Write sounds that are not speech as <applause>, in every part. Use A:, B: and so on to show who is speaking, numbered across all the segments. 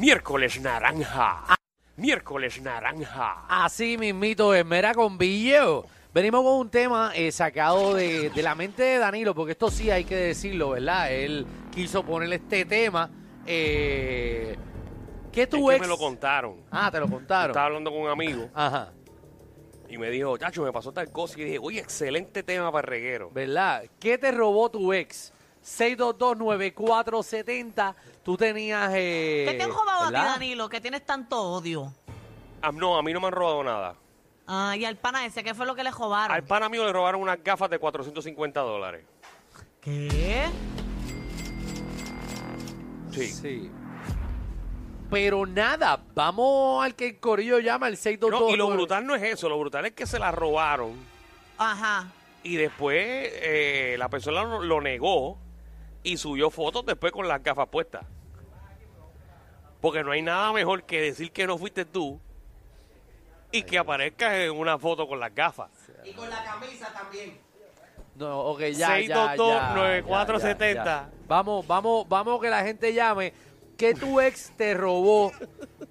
A: Miércoles naranja. Miércoles naranja.
B: Así mismito es, mera con Villeo. Venimos con un tema eh, sacado de, de la mente de Danilo, porque esto sí hay que decirlo, ¿verdad? Él quiso ponerle este tema. Eh, ¿Qué
A: Es
B: tú
A: que me lo contaron.
B: Ah, te lo contaron.
A: Estaba hablando con un amigo
B: Ajá,
A: y me dijo, chacho, me pasó tal cosa. Y dije, oye, excelente tema para el reguero.
B: ¿verdad? ¿Qué te robó tu ex? 6229470, tú tenías... Eh,
C: ¿Qué te han robado a ti,
B: ¿verdad?
C: Danilo? Que tienes tanto odio.
A: Ah, no, a mí no me han robado nada.
C: Ah, y al pana ese, ¿qué fue lo que le robaron?
A: Al pana mío le robaron unas gafas de 450 dólares.
C: ¿Qué?
A: Sí.
B: Sí. Pero nada, vamos al que el corillo llama, el 622.
A: No, y lo brutal no es eso, lo brutal es que se la robaron
C: Ajá.
A: y después eh, la persona lo, lo negó y subió fotos después con las gafas puestas. Porque no hay nada mejor que decir que no fuiste tú y que aparezcas en una foto con las gafas.
D: Y con la camisa también.
B: No, ok, ya, ya, ya,
A: 622-9470.
B: ya, ya, ya. Vamos, vamos, vamos que la gente llame. ¿Qué tu ex te robó?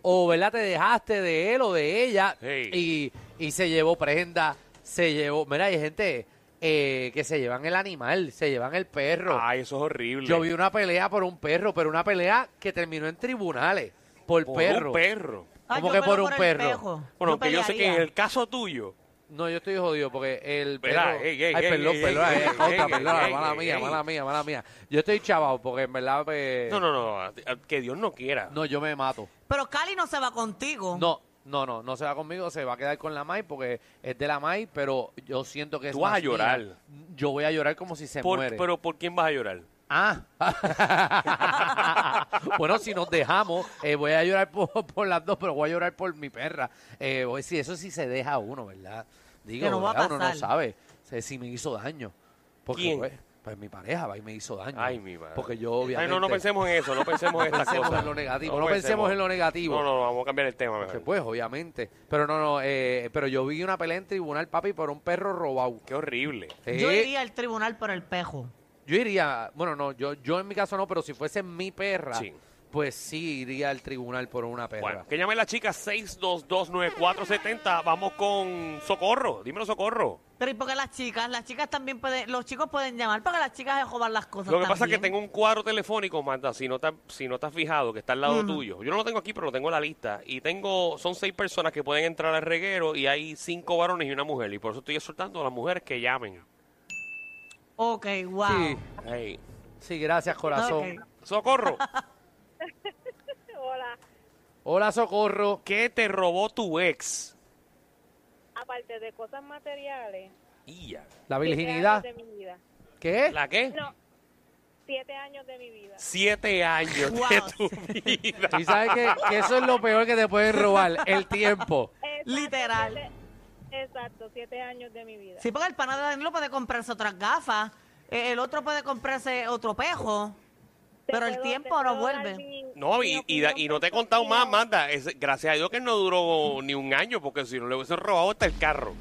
B: O, ¿verdad? Te dejaste de él o de ella.
A: Sí.
B: Y, y se llevó prenda, se llevó... Mira, hay gente eh, que se llevan el animal, se llevan el perro.
A: Ay, eso es horrible.
B: Yo vi una pelea por un perro, pero una pelea que terminó en tribunales. Por,
A: Por
B: perro.
A: un perro.
C: Ay,
B: ¿Cómo que
C: yo peleo
B: por un
C: el
B: perro?
C: pejo.
A: Bueno, que yo sé que en
C: pelearía.
A: el caso tuyo,
B: No, yo estoy jodido porque el perro...
A: Espera, ey, ey,
B: Ay,
A: ey,
B: perdón,
A: ey,
B: perdón,
A: ey,
B: eh,
A: ey,
B: Jota,
A: ey,
B: perdona,
A: ey,
B: mala
A: ey,
B: mía,
A: ey.
B: mala mía, mala mía. Yo estoy chavado porque en verdad... eh,
A: no, no, no, a- a- que Dios no quiera.
B: No, yo me mato.
C: Pero Cali no se va contigo.
B: No, no, no, no se va conmigo, se va a quedar con la Mai porque es de la Mai, pero yo siento que es
A: Tú vas
B: más
A: a llorar.
B: mía. Yo voy a llorar como si se
A: Por-
B: muere.
A: pero ¿por quién vas a llorar?
B: Ah. <laughs> bueno, si nos dejamos, eh, voy a llorar por, por las dos, pero voy a llorar por mi perra. Eh, voy- sí, eso sí se deja a uno, ¿verdad? Digo,
C: Que no va a
B: ¿verdad? uno no
C: pasar.
B: sabe se- si me hizo daño. Porque,
A: ¿Quién?
B: Pues, pues, mi pareja va y me hizo daño.
A: Ay, mi madre.
B: Porque yo
A: Ay,
B: obviamente...
A: no, no pensemos en eso, no pensemos en
B: <laughs> No
A: estas
B: pensemos
A: cosas.
B: en lo negativo, no pensemos en lo negativo.
A: No, no, no, vamos a cambiar el tema mejor.
B: Porque, pues, obviamente. Pero no, no, eh, pero yo vi una pelea en tribunal, papi, por un perro robado.
A: Qué horrible.
B: Eh,
C: Yo iría al tribunal por el pejo.
B: yo iría- bueno, no, yo, yo en mi caso no, pero si fuese mi perra,
A: Sí.
B: pues sí iría al tribunal por una perra.
A: Bueno, que llame la chica 6229470. Vamos con Socorro. Dímelo, Socorro.
C: Pero ¿y por qué las chicas? Las chicas también pueden... Los chicos pueden llamar porque las chicas se roban las cosas
A: Lo que pasa es que
C: también.
A: tengo un cuadro telefónico, Marta, si no te, si no te has fijado, que está al lado tuyo. Yo no lo tengo aquí, pero lo tengo en la lista. Y tengo, son seis personas que pueden entrar al reguero y hay cinco varones y una mujer. Y por eso estoy exhortando a las mujeres que llamen.
C: Ok, wow.
B: Sí,
A: Ey.
B: sí, gracias, corazón.
C: Ok.
A: Socorro,
E: Hola,
B: Hola, Socorro.
A: ¿qué te robó tu ex?
E: aparte de cosas materiales.
A: Ia.
B: La
E: siete
B: virginidad.
E: años de mi vida.
B: ¿Qué?
A: ¿La qué?
E: No, siete años de mi vida.
A: Siete años de
C: Wow.
A: tu vida.
B: Y sabes que, que eso es lo peor que te pueden robar, el tiempo.
E: Exacto,
C: Literal.
E: siete- exacto, siete años de mi vida.
C: Sí, porque el pana de Danilo puede comprarse otras gafas. eh, El otro puede comprarse otro pejo.
E: Te
C: Pero el
E: puedo- te
C: tiempo
E: puedo
C: no
E: dar
C: vuelve.
E: mi-
A: No,
E: mi
A: y, y da- y no te he
E: opinión
A: contado más,
E: <laughs> personal.
A: Manda. Es- gracias a Dios que no duró ni un año, porque si no le hubiesen robado hasta el carro.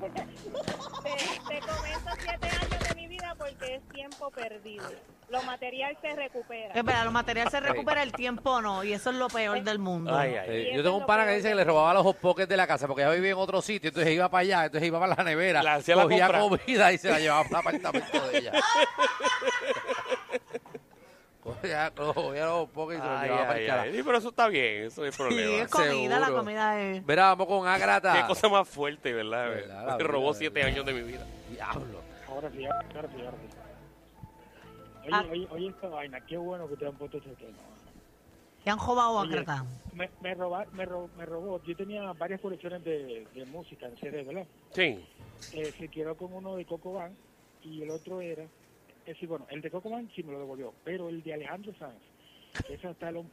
E: Te, te comento siete años de mi vida porque es tiempo perdido. Lo material se recupera.
C: Es verdad, los materiales se recupera, el tiempo no, y eso es lo peor del mundo.
A: Ay, ay.
B: Eh,
E: eso
B: yo tengo un
E: es lo
B: pana que
E: peor
B: dice
E: de
B: que le robaba los hot pockets de la casa porque ella vivía en otro sitio, entonces iba para allá, entonces iba para la nevera,
A: Le hacía la
B: cogía
A: compra.
B: comida y se la llevaba para el apartamento
E: <laughs>
B: de ella. cogía, cogía los hot pockets y se los
A: Ay,
B: llevaba para
A: ay,
B: el carajo.
A: ay. Sí, Pero eso está bien, eso no es
C: Sí,
A: problema.
C: es comida, la
B: Seguro.
C: comida es.
B: Mira, vamos con Agrata.
A: Qué cosa más fuerte, ¿verdad?
B: Verdad, la
A: Me robó
B: vida,
A: siete
B: verdad.
A: años de mi vida.
B: Diablo.
F: Ahora sí, ahora sí, ahora sí. Oye,
C: Ah.
F: oye, oye esta vaina, qué bueno que te han puesto este tema.
C: Te han robado
F: Oye,
C: acá.
F: Me, me, roba- me, ro- me robó, yo tenía varias colecciones de, de música en CD, ¿verdad?
A: Sí.
F: Eh, se quedó con uno de Coco Van y el otro era, eh, sí, bueno, el de Coco Van sí me lo devolvió, pero el de Alejandro Sanz, que esa está el on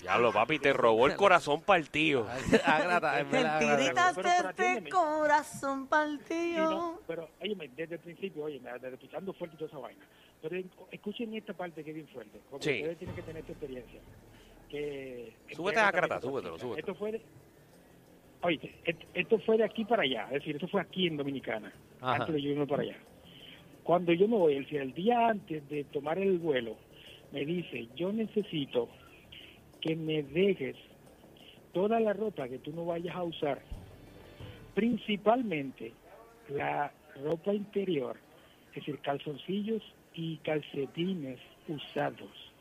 A: Diablo, papi, te robó el corazón partido.
B: Agrata, en verdad, Agrata.
C: Mentiritas
F: pero- pero
C: de este
F: atiéndeme.
C: corazón
F: Sí, no,
C: partido.
F: pero óyeme, desde el principio, oye, desde pisando fuerte y toda esa vaina. Pero en- escuchen esta parte que es bien fuerte, porque
A: Sí.
F: ustedes tienen que tener esta experiencia. Que
A: Súbete a
F: Crata,
A: Crata, súbetelo, súbetelo.
F: Esto fue de, oye, et- esto fue de aquí para allá, es decir, esto fue aquí en Dominicana,
B: Ajá.
F: antes de yo irme para allá. Cuando yo me voy, es decir, el día antes de tomar el vuelo, me dice, yo necesito que me dejes toda la ropa que tú no vayas a usar, principalmente la ropa interior, es decir, calzoncillos y calcetines usados.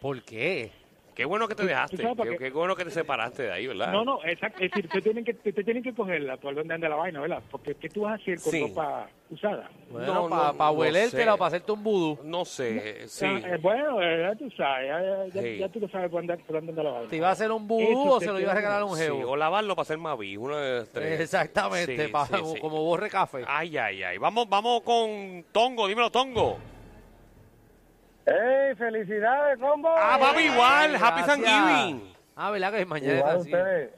B: ¿Por qué?
A: Qué bueno que te dejaste.
F: tú sabes por
A: Qué,
F: qué?
A: qué bueno que te separaste de ahí, ¿verdad?
F: No, no, exacto. Es decir, te tienen que, te, te tienen que cogerla por donde anda la vaina, ¿verdad? Porque ¿qué tú vas a hacer con
A: Sí.
F: ropa usada?
B: Bueno,
A: No,
B: para
A: no,
B: pa
A: no
B: huelértela
A: sé.
B: o para hacerte un vudú.
A: No sé, sí.
F: Ah, eh, bueno, eh, ya tú sabes, ya, ya-
A: Sí.
F: ya tú lo sabes por, andar- por dónde anda la vaina.
B: ¿Te iba a hacer un
F: Eso
B: vudú o
F: te
B: se lo
F: queda
B: iba a regalar a
F: bien.
B: un
A: Sí,
B: jevo?
A: o lavarlo para hacer Mavi, uno de los tres.
B: <laughs> Exactamente,
A: Sí,
B: pa-
A: sí,
B: como,
A: sí. Ah,
B: como vos recafe.
A: Ay, ay, ay. Vamos, vamos con Tongo, dímelo, Tongo.
G: ¡Ey, felicidades, combo!
A: Ah, papi, igual,
B: Ay,
A: Happy
B: gracias.
A: Thanksgiving.
B: Ah, ¿verdad que mañana
G: Igual a
B: es así?
G: ustedes.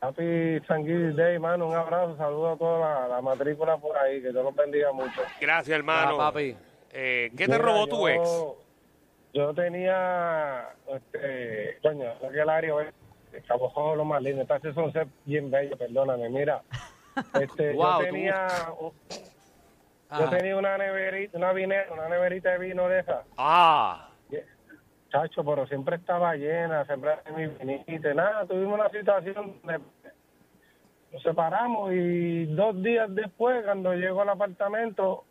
G: Happy Thanksgiving Day, mano. Un abrazo, saludo a toda la, la matrícula por ahí. Que Dios los bendiga mucho.
A: Gracias, hermano.
B: Ah, papi.
A: Eh, ¿Qué te
G: Mira,
A: robó tu
G: yo-
A: ex?
G: Yo tenía, este, coño, creo que el área, el Cabo lo más lindo. Estas son ser bien bello, perdóname.
A: <laughs>
G: Mira, este,
B: Wow, tú.
G: yo tenía, un- yo
B: Ajá.
G: tenía una neverita, una vinera, una neverita de vino de esa.
A: Ah,
G: Chacho, pero siempre estaba llena, siempre hacía mi vinite, nada, tuvimos una situación donde nos separamos y dos días después, cuando llego al apartamento,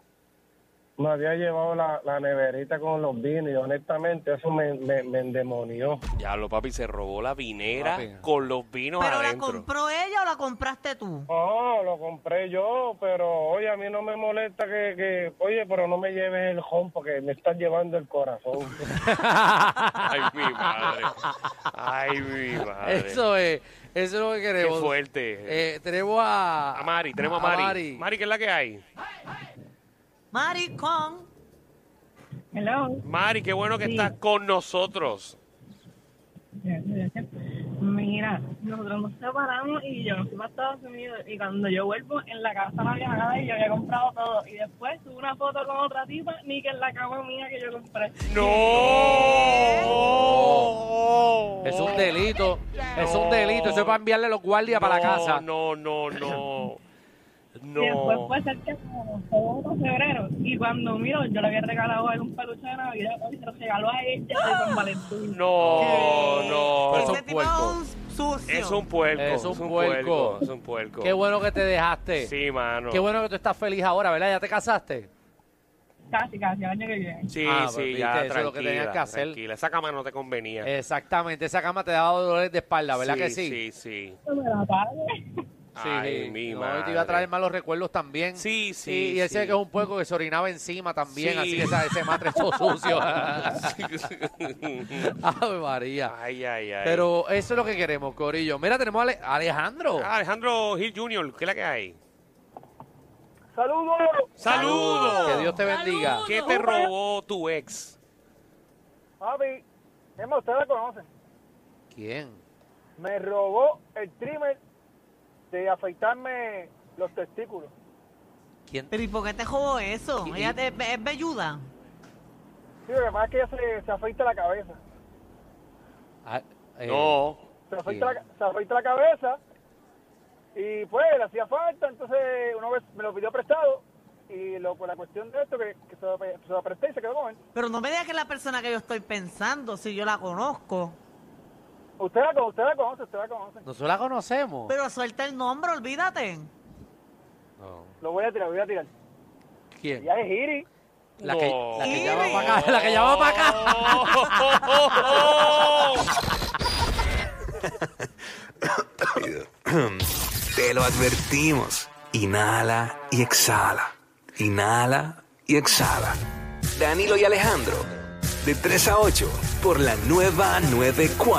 G: me había llevado la, la neverita con los vinos y honestamente eso me, me, me endemonió.
A: ya lo papi se robó la vinera
B: Papi.
A: con los vinos
C: ¿Pero la
A: adentro.
C: compró ella o la compraste tú?
G: No, lo compré yo, pero oye, a mí no me molesta que, que oye, pero no me lleves el home porque me estás llevando el corazón.
A: Ay, mi madre. Ay, <laughs> mi madre.
B: Eso es, eso es lo que
A: Qué
B: queremos.
A: fuerte.
B: Eh, tenemos a,
A: a Mari, tenemos a Mari. Mari. ¿qué es la que hay?
C: Maricón.
E: Hello.
A: Mari, qué bueno que
E: Sí.
A: estás con nosotros.
E: Mira, nosotros nos separamos y yo me fui para Estados Unidos y cuando yo vuelvo en la casa no había nada y yo había comprado todo y después tuve una foto con otra tipa ni que en la cama mía que yo compré.
A: ¡No!
B: Es un delito, es un delito. Eso es para enviarle los guardias para la
A: No,
B: casa.
A: No, no, no.
E: Y después pues,
A: No.
E: fue cerca como febrero, febrero y cuando miro yo le había regalado algún peluche de Navidad y se lo regaló a ella de San Valentín.
A: No,
C: ¿Qué?
A: Oh, no.
B: Eso-
C: Eh, Ese tipo es
B: puerco.
C: un sucio.
A: Es un puerco.
B: Pues, Es un puerco.
A: Es un puerco.
B: Qué bueno que te dejaste.
A: Sí, mano.
B: Qué bueno que tú estás feliz ahora, ¿verdad? ¿Ya te casaste?
E: Casi, casi, el año que viene.
A: Sí,
B: Ah, pues,
A: sí,
B: viste,
A: ya,
B: eso es
A: tranquila,
B: lo que tenías que hacer.
A: tranquila. Esa cama no te convenía.
B: Exactamente, esa cama te daba dolores de espalda, ¿verdad que sí? Eh,
A: Sí, sí.
E: Me la pague.
A: Ay,
B: sí.
A: mi
B: No, y
A: madre.
B: te iba a traer malos recuerdos también.
A: Sí, sí,
B: Y, y ese
A: sí.
B: que es un puerco que se orinaba encima también,
A: Sí.
B: así que esa- ese matre
A: <laughs>
B: es todo sucio. Ave María.
A: Ay, ay, ay.
B: Pero eso es lo que queremos, Corillo. Mira, tenemos a Ale- Alejandro.
A: Ah, Alejandro Gil Jr., ¿qué es la que hay?
G: Saludos.
A: ¡Saludos!
B: Que Dios te bendiga.
A: ¿Qué te robó tu ex?
G: Papi, Emma, ustedes la conocen.
B: ¿Quién?
G: Me robó el trimmer de afeitarme los testículos.
B: ¿Quién?
C: Pero ¿y por qué te jodó eso?
B: Y-
C: Ella te- es velluda.
G: Sí, lo que pasa es que ella se, se afeita la cabeza.
B: Ah, eh,
A: No.
G: Se afeita, la, se afeita la cabeza y pues le hacía falta, entonces una vez me lo pidió prestado y lo, por la cuestión de esto que, que se, lo, pe- se lo presté y se quedó con él.
C: Pero no me digas que es la persona que yo estoy pensando, si yo la conozco.
G: Usted la, cono- usted la conoce, usted la conoce.
B: Nosotros la conocemos.
C: Pero suelta el nombre, olvídate.
B: No.
G: Lo voy a tirar, lo voy a tirar.
B: ¿Quién?
G: Ya es Giri.
B: La que, la que
C: No.
B: llama para acá. La que llama para acá.
H: Te lo advertimos. Inhala y exhala. Inhala y exhala. Danilo y Alejandro, de 3 a 8, por la nueva 94.